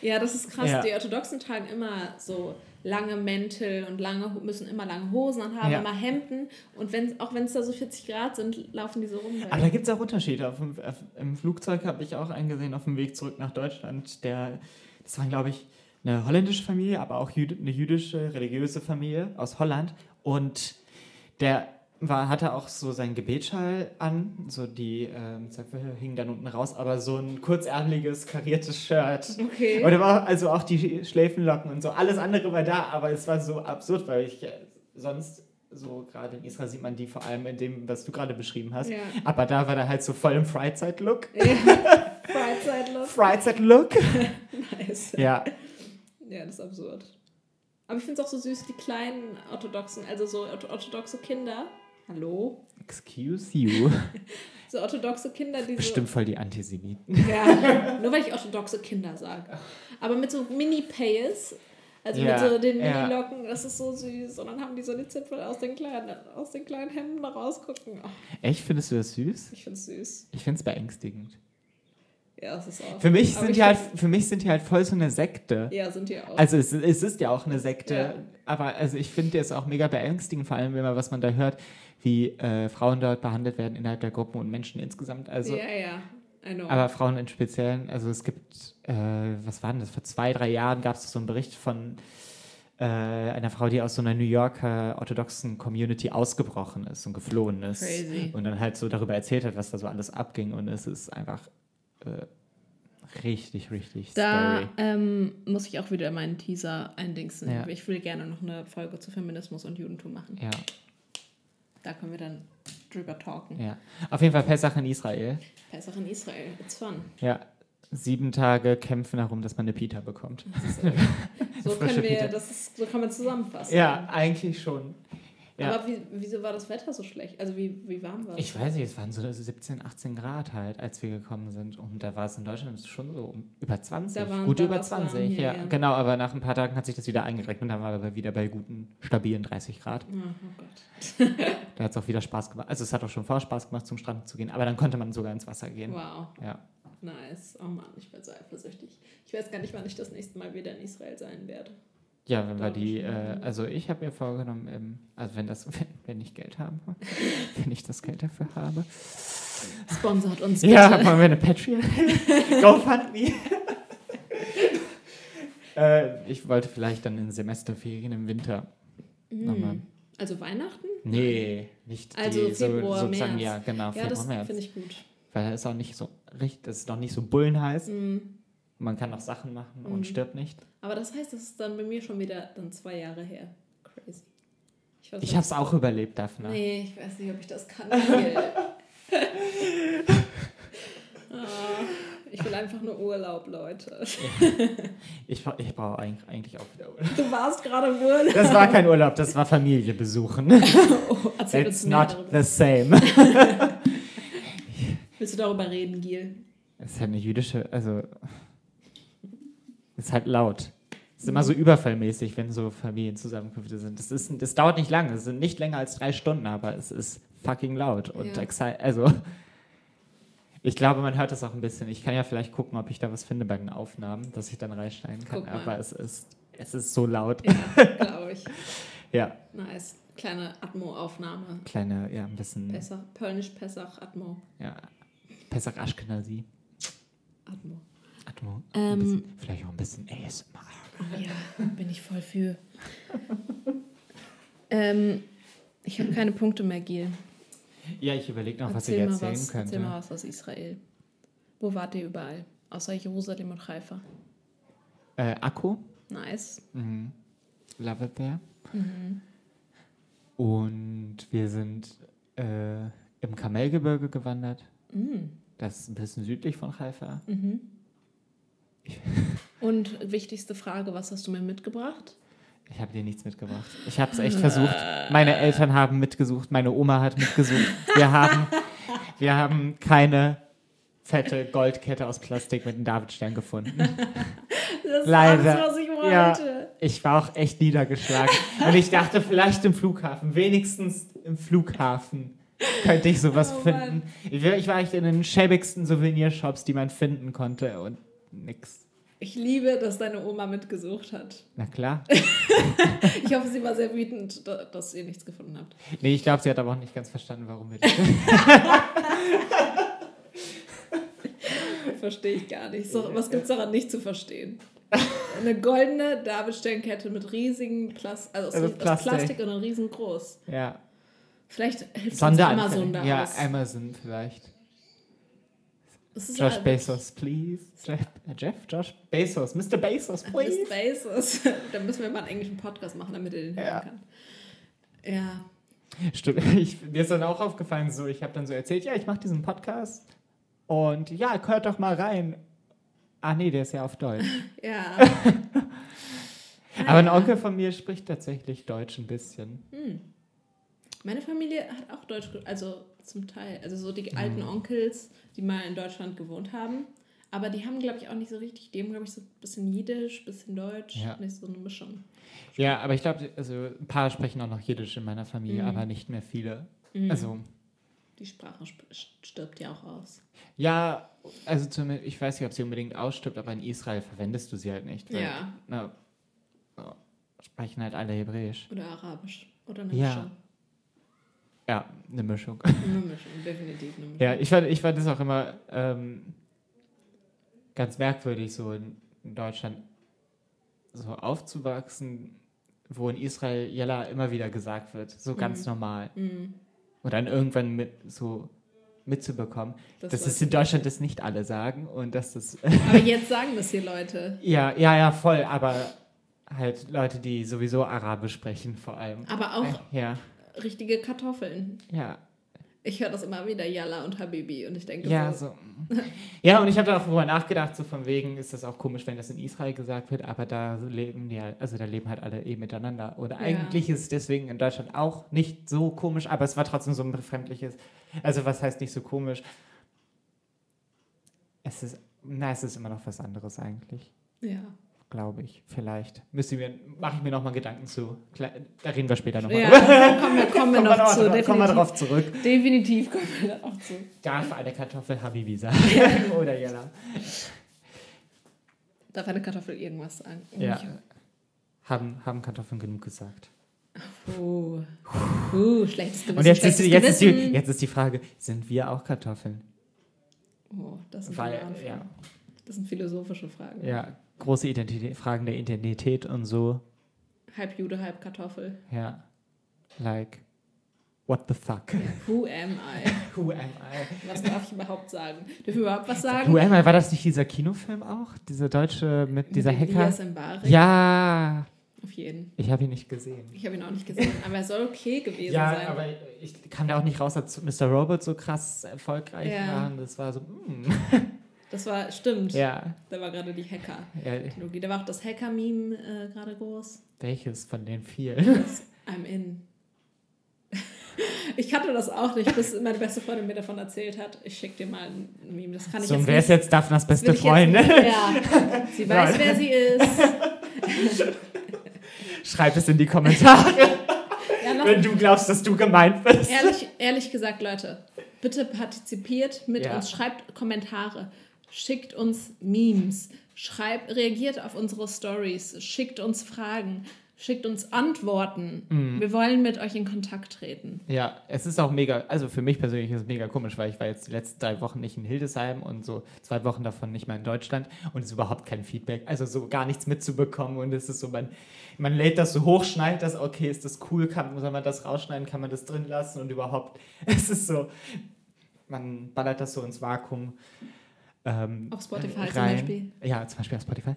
B: Ja, das ist krass.
A: Ja.
B: Die Orthodoxen tragen immer so lange Mäntel und lange müssen immer lange Hosen anhaben,
A: Ja.
B: immer Hemden. Und wenn, auch wenn es da so 40 Grad sind, laufen die so rum.
A: Aber da gibt es auch Unterschiede. Auf dem, auf, Im Flugzeug habe ich auch einen gesehen auf dem Weg zurück nach Deutschland. Der, das waren, glaube ich, eine holländische Familie, aber auch jüd eine jüdische, religiöse Familie aus Holland. Und der war, hatte auch so seinen Gebetsschall an. So die ähm, Zöpfe hingen dann unten raus, aber so ein kurzärmeliges, kariertes Shirt.
B: <laughs> okay.
A: Oder war also auch die Schläfenlocken und so. Alles andere war da, aber es war so absurd, weil ich äh, sonst so gerade in Israel sieht man die vor allem in dem, was du gerade beschrieben hast.
B: Ja.
A: Aber da war der halt so voll im Freizeit-Look.
B: Freizeitlos.
A: Freizeit-Look?
B: Nice.
A: Ja.
B: Ja, das ist absurd. Aber ich finde es auch so süß, die kleinen orthodoxen, also so ortho- orthodoxe Kinder. Hallo?
A: Excuse you.
B: So orthodoxe Kinder, die
A: Bestimmt voll die Antisemiten.
B: so. Ja, nur weil ich orthodoxe Kinder sage. Aber mit so Mini-Pays, also
A: Ja,
B: mit so den
A: ja.
B: Mini-Locken, das ist so süß. Und dann haben die so die Zipfel aus den kleinen, aus den kleinen Hemden rausgucken. Ach,
A: Echt, findest du das süß?
B: ich finde es süß.
A: Ich find's beängstigend.
B: Ja, das ist auch.
A: Für mich,
B: Aber
A: sind
B: ich
A: die halt,
B: find-
A: für mich sind die halt voll so eine Sekte.
B: Ja, sind die auch.
A: Also es, es ist ja auch eine Sekte,
B: Ja.
A: aber also ich finde es auch mega beängstigend, vor allem wenn man was man da hört, wie äh, Frauen dort behandelt werden innerhalb der Gruppen und Menschen insgesamt. Also
B: ja, ja. I know.
A: aber Frauen im Speziellen, also es gibt, äh, was war denn das? Vor zwei drei Jahren gab es so einen Bericht von äh, einer Frau, die aus so einer New Yorker orthodoxen Community ausgebrochen ist und geflohen ist
B: Crazy.
A: und dann halt so darüber erzählt hat, was da so alles abging und es ist einfach äh, richtig richtig
B: Da
A: scary.
B: ähm, muss ich auch wieder meinen Teaser eindingsen.
A: Ja.
B: Ich will gerne noch eine Folge zu Feminismus und Judentum machen.
A: Ja.
B: Da können wir dann drüber talken.
A: Ja, auf jeden Fall Pessach in Israel.
B: Pesach in Israel. It's
A: <laughs>
B: fun.
A: Ja, sieben Tage kämpfen darum, dass man eine Pita bekommt.
B: Das ist irre. so,
A: Frische
B: können wir,
A: Pita.
B: das ist, so kann man zusammenfassen.
A: Ja, eigentlich schon. ja.
B: Aber wie, wieso war das Wetter so schlecht? Also wie, wie warm war es?
A: Ich weiß nicht, es waren so 17, 18 Grad halt, als wir gekommen sind. Und da war es in Deutschland schon so um über 20,
B: Da waren-
A: gut
B: da
A: über
B: war's warm
A: 20.
B: hier,
A: ja,
B: ja.
A: genau. Aber nach ein paar Tagen hat sich das wieder eingereckt und dann waren wir wieder bei guten, stabilen 30 Grad.
B: Oh, oh Gott.
A: Da hat es auch wieder Spaß gemacht. Also es hat auch schon vorher Spaß gemacht, zum Strand zu gehen. Aber dann konnte man sogar ins Wasser gehen.
B: <laughs> Wow.
A: Ja.
B: Nice. Oh Mann, ich bin so eifersüchtig. Ich weiß gar nicht, wann ich das nächste Mal wieder in Israel sein werde.
A: Ja, wenn wir
B: Glaube
A: die,
B: ich,
A: äh,
B: ja.
A: also ich habe mir vorgenommen, ähm, also wenn das, <laughs> wenn, wenn ich Geld habe,
B: <laughs>
A: wenn ich das Geld dafür habe.
B: Sponsort uns bitte.
A: Ja, wollen wir eine Patreon?
B: <laughs>
A: GoFundMe. <laughs> äh, ich wollte vielleicht dann in Semesterferien im Winter. nochmal.
B: Hm. Also Weihnachten?
A: Nee, nicht
B: Also
A: die, so,
B: Februar,
A: sozusagen,
B: März.
A: ja, genau,
B: Ja, das
A: Februar, März.
B: finde ich gut.
A: Weil da ist auch nicht so richtig, das ist noch nicht so bullenheiß.
B: Hm.
A: Man kann auch Sachen machen
B: Mhm.
A: und stirbt nicht.
B: Aber das heißt, das ist dann bei mir schon wieder dann zwei Jahre her. Crazy. weiß
A: Ich
B: nicht-
A: hab's auch überlebt, ne? Daphne.
B: Nee, ich weiß nicht, ob ich das kann. <laughs>
A: <laughs>
B: ah, Ah, ich will einfach nur Urlaub, Leute.
A: Ich, bra- ich brauche eigentlich, eigentlich auch wieder Urlaub.
B: Du warst gerade im Urlaub.
A: Das war kein Urlaub, das war Familie besuchen.
B: Oh, <laughs> erzähl
A: It's
B: uns mehr
A: not
B: darüber.
A: the same.
B: Willst du darüber reden, Gil?
A: <laughs> Es ist halt eine jüdische, also. Es ist halt laut. Es ist immer so überfallmäßig, wenn so Familienzusammenkünfte sind. Das, ist, das dauert nicht lange, es sind nicht länger als drei Stunden, aber es ist fucking laut und
B: Ja.
A: exci- Also. Ich glaube, man hört das auch ein bisschen. Ich kann ja vielleicht gucken, ob ich da was finde bei den Aufnahmen, dass ich dann reinschneiden kann.
B: Guck mal.
A: Aber es ist, es ist so laut.
B: Ja, glaube <laughs> ich.
A: Ja,
B: Nice. Kleine Atmo-Aufnahme.
A: kleine, ja, ein bisschen.
B: Pessach, Polnisch-Pessach-Atmo.
A: Ja, Pesach Ashkenazi.
B: Atmo.
A: Atmo.
B: Ähm.
A: ein bisschen, vielleicht auch ein bisschen ASMR.
B: Oh <laughs> ja, bin ich voll für. <laughs> ähm, ich habe keine Punkte mehr, Gil.
A: Ja, ich überlege noch, was ich
B: Erzähl mal
A: erzählen
B: Erzähl mal
A: könnte.
B: was aus Israel. Wo wart ihr überall? Außer Jerusalem und Haifa.
A: Äh, Akku.
B: Nice.
A: Mhm. Love it there.
B: Mhm.
A: Und wir sind äh, im Kamelgebirge gewandert.
B: Mm.
A: Das ist ein bisschen südlich von Haifa.
B: Mhm. Und wichtigste Frage, was hast du mir mitgebracht?
A: Ich habe dir nichts mitgebracht. Ich habe es echt
B: Mhm.
A: versucht. Meine Eltern haben mitgesucht, meine Oma hat mitgesucht. Wir haben, wir haben keine fette Goldkette aus Plastik mit einem Davidstern gefunden.
B: Das
A: Leider.
B: ist alles, was ich
A: Ja,
B: wollte.
A: ich war auch echt niedergeschlagen. Und ich dachte, vielleicht im Flughafen, wenigstens im Flughafen könnte ich sowas
B: Oh
A: finden.
B: Mann.
A: Ich war, ich war echt in den schäbigsten Souvenirshops, die man finden konnte und nix.
B: Ich liebe, dass deine Oma mitgesucht hat.
A: Na klar.
B: Ich hoffe, sie war sehr wütend, da- dass ihr nichts gefunden habt.
A: Nee, ich glaube, sie hat aber auch nicht ganz verstanden, warum
B: <laughs>
A: wir das
B: Verstehe ich gar nicht. So, was gibt es daran nicht zu verstehen? <laughs> Eine goldene Davidsternkette mit riesigen Plastik, also aus,
A: Also
B: aus Plastik.
A: Plastik.
B: und dann riesengroß.
A: Ja.
B: Vielleicht hilft uns Amazon
A: Sonderanfertigung.
B: da
A: Ja,
B: aus.
A: Amazon vielleicht.
B: Es ist
A: Josh
B: ein-
A: Bezos, please. Jeff, äh, Jeff, Josh Bezos, Mr. Bezos,
B: Mr.
A: please.
B: Bezos. <laughs> da müssen wir mal einen englischen Podcast machen, damit er den hören
A: Ja.
B: kann. Ja.
A: Stimmt, <laughs> ich, mir ist dann auch aufgefallen, so ich habe dann so erzählt, ja, ich mache diesen Podcast und ja, hört doch mal rein. Ah nee, der ist ja auf Deutsch.
B: <laughs> Ja.
A: Aber ein
B: Naja.
A: Onkel von mir spricht tatsächlich Deutsch ein bisschen.
B: Hm. Meine Familie hat auch Deutsch, ge- also zum Teil, also so
A: Mhm.
B: die alten Onkels, die mal in Deutschland gewohnt haben. Aber die haben, glaube ich, auch nicht so richtig, die haben, glaube ich, so ein bisschen Jiddisch, bisschen Deutsch,
A: Ja.
B: nicht so eine Mischung.
A: Ja, aber ich glaube, also ein paar sprechen auch noch Jiddisch in meiner Familie,
B: Mhm.
A: aber nicht mehr viele.
B: Mhm.
A: Also
B: Die Sprache sp- st- stirbt ja auch aus.
A: ja, also zumindest, ich weiß nicht, ob sie unbedingt ausstirbt, aber in Israel verwendest du sie halt nicht. weil,
B: Ja.
A: Na, ja, sprechen halt alle Hebräisch.
B: Oder Arabisch. Oder eine
A: Ja.
B: Mischung.
A: Ja, eine Mischung.
B: Eine Mischung, definitiv eine Mischung.
A: Ja, ich fand, ich fand das auch immer ähm, ganz merkwürdig, so in in Deutschland so aufzuwachsen, wo in Israel Jella immer wieder gesagt wird, so ganz normal.
B: Mhm.
A: Und dann irgendwann mit, so mitzubekommen,
B: Das
A: dass
B: weiß
A: es in
B: ich.
A: Deutschland das nicht alle sagen und dass das, <laughs>
B: Aber jetzt sagen das hier Leute.
A: ja, ja, ja, voll, aber halt Leute, die sowieso Arabisch sprechen vor allem.
B: Aber auch
A: Ja,
B: richtige Kartoffeln.
A: ja.
B: Ich höre das immer wieder, Yalla und Habibi. Und ich denke
A: Ja,
B: so, <laughs>
A: so. ja, und ich habe da auch drüber nachgedacht, so von wegen ist das auch komisch, wenn das in Israel gesagt wird, aber da leben ja, also da leben halt alle eh miteinander. Oder eigentlich ist es deswegen in Deutschland auch nicht so komisch, aber es war trotzdem so ein befremdliches. Also was heißt nicht so komisch? Es ist, na, es ist immer noch was anderes eigentlich,
B: ja.
A: glaube ich. Vielleicht müsste mir, mache ich mir nochmal Gedanken zu. Kle- Da reden wir später nochmal.
B: Ja,
A: drüber.
B: da kommen wir, kommen wir
A: <laughs> Kommen
B: noch
A: wir noch
B: zu.
A: drauf- kommen
B: definitiv.
A: wir darauf zurück.
B: Definitiv kommen wir da auch zu.
A: Darf eine Kartoffel
B: <laughs>
A: Habibi sagen? Oder Jella?
B: Darf eine Kartoffel irgendwas sagen?
A: Ja. Haben, haben Kartoffeln genug gesagt.
B: Oh. Uh, schlechtes Gewissen.
A: Und jetzt ist,
B: schlechtes
A: die- jetzt, ist die,
B: Gewissen.
A: jetzt ist die Frage, sind wir auch Kartoffeln?
B: Oh, das sind,
A: Weil,
B: viele
A: ja,
B: Fragen. das sind philosophische Fragen.
A: ja, große Identität, Fragen der Identität und so.
B: Halb Jude, halb Kartoffel.
A: Ja. Like, what the fuck?
B: Who am I?
A: Who am I?
B: Was darf ich überhaupt sagen? Dürfen wir überhaupt was sagen?
A: Who am I? War das nicht dieser Kinofilm auch? Dieser deutsche mit dieser
B: Mit
A: Hacker?
B: Elias Mbarek?
A: Ja,
B: Auf jeden.
A: ich habe ihn nicht gesehen.
B: Ich habe ihn auch nicht gesehen, aber er soll okay gewesen
A: Ja,
B: sein.
A: aber ich kam da auch nicht raus, dass Mr. Robot so krass erfolgreich
B: Ja.
A: war. Und das war so, mm.
B: das war, stimmt.
A: ja.
B: Da war gerade die Hacker.
A: ja.
B: Da war auch das Hacker-Meme äh, gerade groß.
A: Welches von den vielen?
B: Das I'm in. Ich kannte das auch nicht, bis meine beste Freundin mir davon erzählt hat. Ich schick dir mal ein Meme. Das kann ich
A: So, und
B: jetzt
A: wer ist
B: nicht.
A: jetzt Daphnas
B: das will
A: beste
B: ich jetzt
A: Freundin?
B: nicht- Ja, sie weiß,
A: Nein.
B: wer sie ist.
A: <laughs> Schreib es in die Kommentare,
B: <laughs> Ja, lass,
A: wenn du glaubst, dass du gemeint bist.
B: ehrlich, ehrlich gesagt, Leute, bitte partizipiert mit
A: Ja.
B: uns, schreibt Kommentare, schickt uns Memes, schreibt, reagiert auf unsere Stories, schickt uns Fragen, schickt uns Antworten.
A: Mhm.
B: Wir wollen mit euch in Kontakt treten.
A: Ja, es ist auch mega, also für mich persönlich ist es mega komisch, weil ich war jetzt die letzten drei Wochen nicht in Hildesheim und so zwei Wochen davon nicht mal in Deutschland und es ist überhaupt kein Feedback, also so gar nichts mitzubekommen und es ist so, man, man lädt das so hoch, schneidet das, okay, ist das cool, kann, soll man das rausschneiden, kann man das drin <laughs> lassen und überhaupt, es ist so, man ballert das so ins Vakuum. ähm,
B: Auf Spotify zum
A: rein.
B: Beispiel.
A: Ja, zum Beispiel auf Spotify.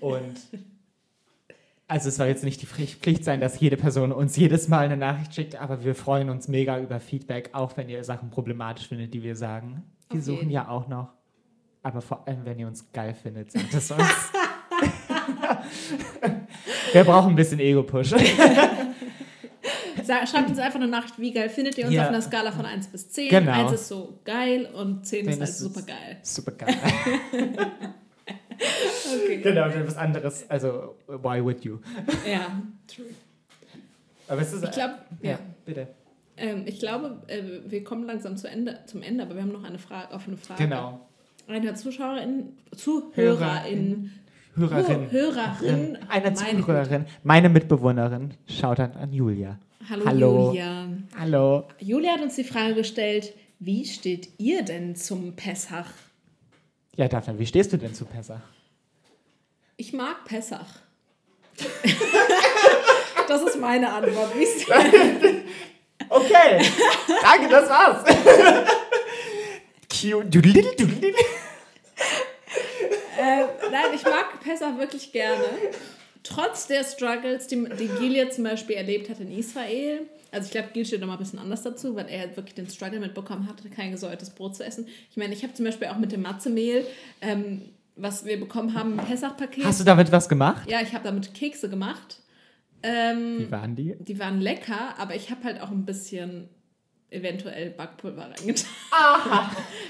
A: Und also es soll jetzt nicht die Pflicht Pflicht sein, dass jede Person uns jedes Mal eine Nachricht schickt, aber wir freuen uns mega über Feedback, auch wenn ihr Sachen problematisch findet, die wir sagen. Wir
B: Auf
A: suchen
B: jeden.
A: ja auch noch. Aber vor allem, wenn ihr uns geil findet, sagt
B: <laughs>
A: es uns. wir brauchen ein
B: <laughs>
A: bisschen Ego-Push.
B: Sa- Schreibt uns einfach eine Nachricht, wie geil findet ihr uns
A: Ja.
B: auf einer Skala von 1 bis 10.
A: Genau.
B: 1 ist so geil und 10 ist
A: Zehn
B: halt
A: ist-
B: super geil.
A: Super geil.
B: Okay.
A: genau, dann was anderes. Also, why would you?
B: Ja, true.
A: Aber es ist.
B: Ich glaube,
A: ja,
B: ja.
A: bitte.
B: ähm, ich glaube, äh, wir kommen langsam zu Ende, zum Ende, aber wir haben noch eine Frage, offene Frage.
A: Genau.
B: Einer Zuschauerin, Zuhörerin,
A: Hörerin.
B: Hö- Hörerin,
A: Einer
B: meine
A: Zuhörerin, meine Mitbewohnerin, schaut dann an Julia.
B: Hallo,
A: Hallo.
B: Julia.
A: Hallo.
B: Julia hat uns die Frage gestellt, wie steht ihr denn zum Pessach?
A: Ja, Daphne, wie stehst du denn zu Pessach?
B: Ich mag Pessach. <laughs> das ist meine Antwort. Wie ist
A: Okay, danke, das war's. Cute. Doodle, doodle.
B: äh, nein, ich mag Pessach wirklich gerne. Trotz der Struggles, die, die Gil jetzt zum Beispiel erlebt hat in Israel. Also ich glaube, Gil steht noch mal ein bisschen anders dazu, weil er wirklich den Struggle mitbekommen hat, kein gesäuertes Brot zu essen. Ich meine, ich habe zum Beispiel auch mit dem Matzemehl, ähm, was wir bekommen haben, ein Pessach-Paket.
A: Hast du damit was gemacht?
B: Ja, ich habe damit Kekse gemacht. Ähm,
A: Wie waren die?
B: Die waren lecker, aber ich habe halt auch ein bisschen eventuell Backpulver reingetan.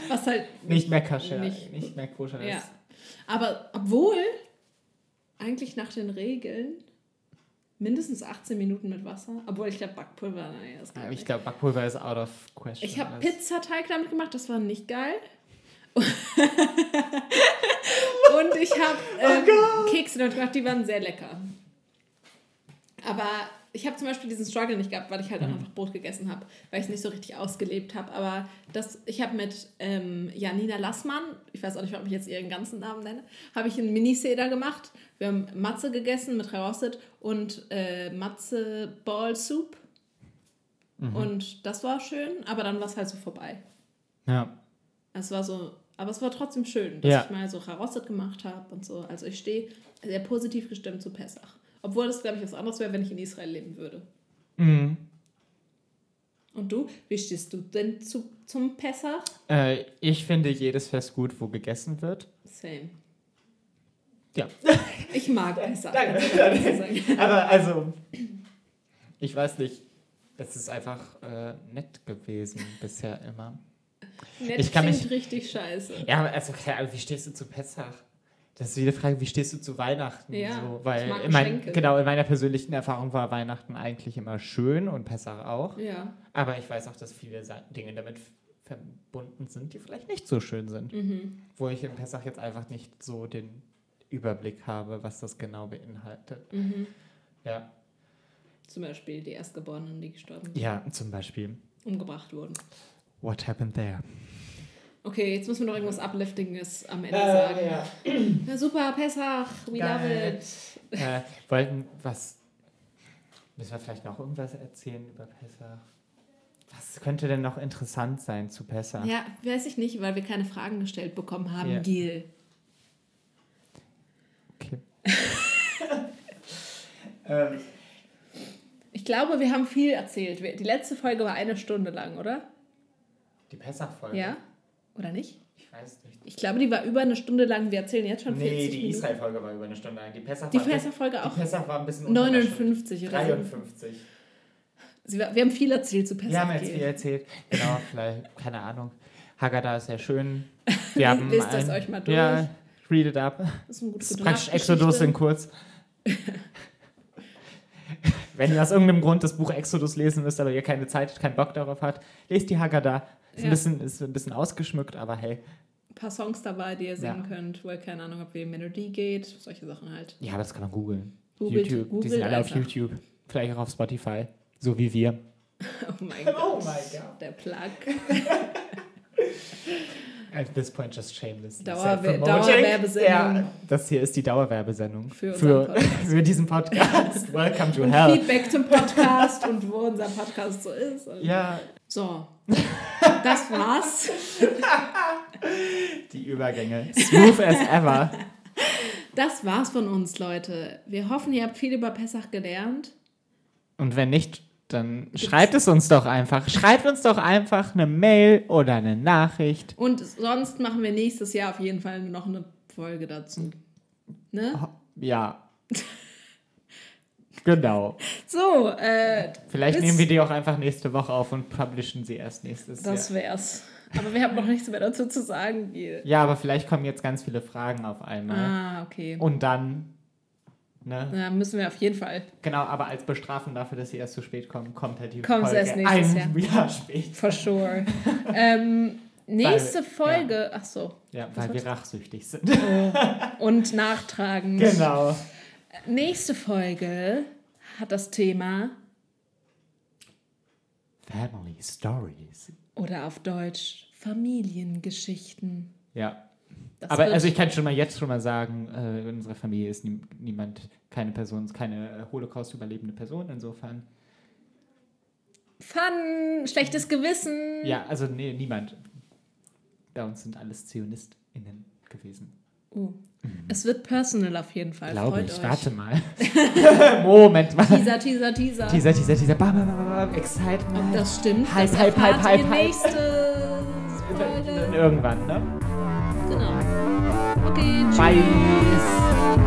B: Was halt
A: Nicht mehr kascher,
B: Nicht-
A: nicht mehr koscher.
B: ja. Aber obwohl eigentlich nach den Regeln mindestens 18 Minuten mit Wasser, obwohl ich glaube Backpulver, naja, ist geil.
A: Ich glaube, Backpulver ist out of question.
B: Ich habe
A: Das-
B: Pizzateig damit gemacht, das war nicht geil. <laughs> Und ich habe ähm, Kekse damit gemacht, die waren sehr lecker. Aber ich habe zum Beispiel diesen Struggle nicht gehabt, weil ich halt auch einfach Brot gegessen habe, weil ich es nicht so richtig ausgelebt habe. Aber das, ich habe mit ähm, Janina Lassmann, ich weiß auch nicht, ob ich jetzt ihren ganzen Namen nenne, habe ich einen Mini-Seder gemacht. Wir haben Matze gegessen mit Rosset und äh, Matze Ball Soup. Und das war schön, aber dann war es halt so vorbei.
A: Ja.
B: Es war so, aber es war trotzdem schön, dass
A: Ja.
B: ich mal so Charosset gemacht habe und so. Also ich stehe sehr positiv gestimmt zu Pessach. Obwohl das, glaube ich, was anderes wäre, wenn ich in Israel leben würde.
A: Mhm.
B: Und du, wie stehst du denn zu, zum Pessach?
A: Äh, ich finde jedes Fest gut, wo gegessen wird.
B: Same.
A: Ja.
B: <laughs> Ich mag Pessach.
A: Danke.
B: kannst du ehrlich so
A: <laughs>
B: sagen.
A: Aber also, ich weiß nicht. Es ist einfach äh, nett gewesen bisher immer.
B: Nett
A: Ich kann mich-
B: klingt richtig scheiße.
A: Ja, aber also klar, aber wie stehst du zu Pessach? Das ist wieder die Frage, wie stehst du zu Weihnachten?
B: Ja,
A: so,
B: ich
A: weil
B: mag
A: in mein,
B: Geschenke.
A: genau in meiner persönlichen Erfahrung war Weihnachten eigentlich immer schön und Pessach auch.
B: Ja.
A: Aber ich weiß auch, dass viele Sa- Dinge damit f- verbunden sind, die vielleicht nicht so schön sind.
B: Mhm.
A: Wo ich in Pessach jetzt einfach nicht so den Überblick habe, was das genau beinhaltet.
B: Mhm.
A: Ja,
B: Zum Beispiel die Erstgeborenen, die gestorben sind,
A: ja zum Beispiel.
B: umgebracht wurden.
A: What happened there?
B: Okay, jetzt müssen wir noch irgendwas Upliftinges am Ende
A: Äh,
B: sagen.
A: ja.
B: Na super, Pessach, we
A: Geil.
B: love it.
A: äh, wollten was. Müssen wir vielleicht noch irgendwas erzählen über Pessach? Was könnte denn noch interessant sein zu Pessach?
B: Ja, weiß ich nicht, weil wir keine Fragen gestellt bekommen haben,
A: Ja.
B: Gil. <laughs>
A: Okay. Ähm,
B: Ich glaube, wir haben viel erzählt. Wir- Die letzte Folge war eine Stunde lang, oder?
A: Die Pessach-Folge?
B: Ja? Oder nicht?
A: Ich weiß nicht.
B: Ich glaube, die war über eine Stunde lang. Wir erzählen jetzt schon 40
A: Nee, die halt
B: Minuten.
A: Israel-Folge war über eine Stunde lang. Die Pessach,
B: die
A: war, ein bisschen-
B: Pessach-Folge auch.
A: die Pessach war ein bisschen unter einer Stunde.
B: 59 oder so.
A: 53.
B: Sie war, wir haben viel erzählt zu
A: Wir haben
B: Pessach.
A: jetzt viel
B: Gil.
A: erzählt.
B: <laughs>
A: Genau, vielleicht, keine Ahnung. Haggadah ist sehr schön.
B: <laughs>
A: Wir haben
B: Lest das
A: ein-
B: euch mal durch.
A: Ja, read it up.
B: Das ist ein
A: Das
B: gutes
A: ist praktisch Exodus
B: <laughs>
A: in kurz. Wenn ihr aus irgendeinem Grund das Buch Exodus lesen müsst, aber ihr keine Zeit, keinen Bock darauf habt, lest die Haggadah. Ist,
B: Ja.
A: ein bisschen, ist ein bisschen ausgeschmückt, aber hey.
B: Ein paar Songs dabei, die ihr singen
A: Ja.
B: könnt, wo ihr keine Ahnung habt, wie Melodie geht. Solche Sachen halt. <laughs>
A: Ja, das kann man googeln.
B: Googelt-
A: YouTube. die
B: googelt
A: sind alle auf
B: einfach.
A: YouTube. Vielleicht auch auf Spotify. So wie wir.
B: Oh mein Gott.
A: Oh mein Gott.
B: Der Plug.
A: At this point just shameless.
B: Dauerwer-
A: Self-promoting.
B: Dauerwerbesendung.
A: Ja, das hier ist die Dauerwerbesendung.
B: Für unseren
A: für,
B: Podcast.
A: für
B: <laughs>
A: diesen Podcast. Welcome to hell.
B: Feedback zum Podcast und wo unser Podcast so ist. Und
A: Ja,
B: So. Das war's.
A: Die Übergänge. Smooth as ever.
B: Das war's von uns, Leute. Wir hoffen, ihr habt viel über Pessach gelernt.
A: Und wenn nicht, dann schreibt es uns doch einfach. Schreibt uns doch einfach eine Mail oder eine Nachricht.
B: Und sonst machen wir nächstes Jahr auf jeden Fall noch eine Folge dazu. Ne? <laughs>
A: Ja. Genau.
B: So, äh,
A: Vielleicht
B: Bis-
A: nehmen wir die auch einfach nächste Woche auf und publishen sie erst nächstes
B: das
A: Jahr.
B: wär's. Aber wir haben noch nichts mehr dazu zu sagen. Gil.
A: Ja, aber vielleicht kommen jetzt ganz viele Fragen auf einmal.
B: Ah, okay.
A: Ne? Und dann, ne?
B: Da müssen wir auf jeden Fall.
A: Genau, aber als Bestrafung dafür, dass sie erst zu spät kommen, kommt halt die
B: Kommt's
A: Folge
B: erst nächstes
A: ein Jahr, spät.
B: For
A: <laughs>
B: sure. ähm, nächste
A: Weil-
B: Folge. Ach so.
A: Ja,
B: Was
A: weil wir
B: wolltest <laughs>
A: rachsüchtig sind.
B: Und nachtragen.
A: genau.
B: Nächste Folge hat das Thema,
A: Family Stories.
B: oder auf Deutsch, Familiengeschichten.
A: Ja.
B: Das
A: aber
B: wird-
A: also ich kann schon mal jetzt schon mal sagen, äh, in unserer Familie ist nie, niemand, keine Person, ist keine äh, Holocaust-überlebende Person insofern.
B: Fun, schlechtes Gewissen.
A: Ja, also nee, niemand. Bei uns sind alles ZionistInnen gewesen.
B: Oh. Es wird personal auf jeden Fall.
A: Glaube
B: Äh, Freut
A: ich.
B: euch.
A: Warte <laughs> mal. Moment mal.
B: Teaser, Teaser, Teaser.
A: Dieser, dieser, dieser. Bam, bam, bam, bam, Excitement.
B: Das stimmt.
A: Hype,
B: das
A: hype,
B: erfahrt
A: hype,
B: ihr
A: hype,
B: nächste
A: Dann
B: Folge.
A: Irgendwann, ne?
B: Genau. Okay, tschüss.
A: Bye.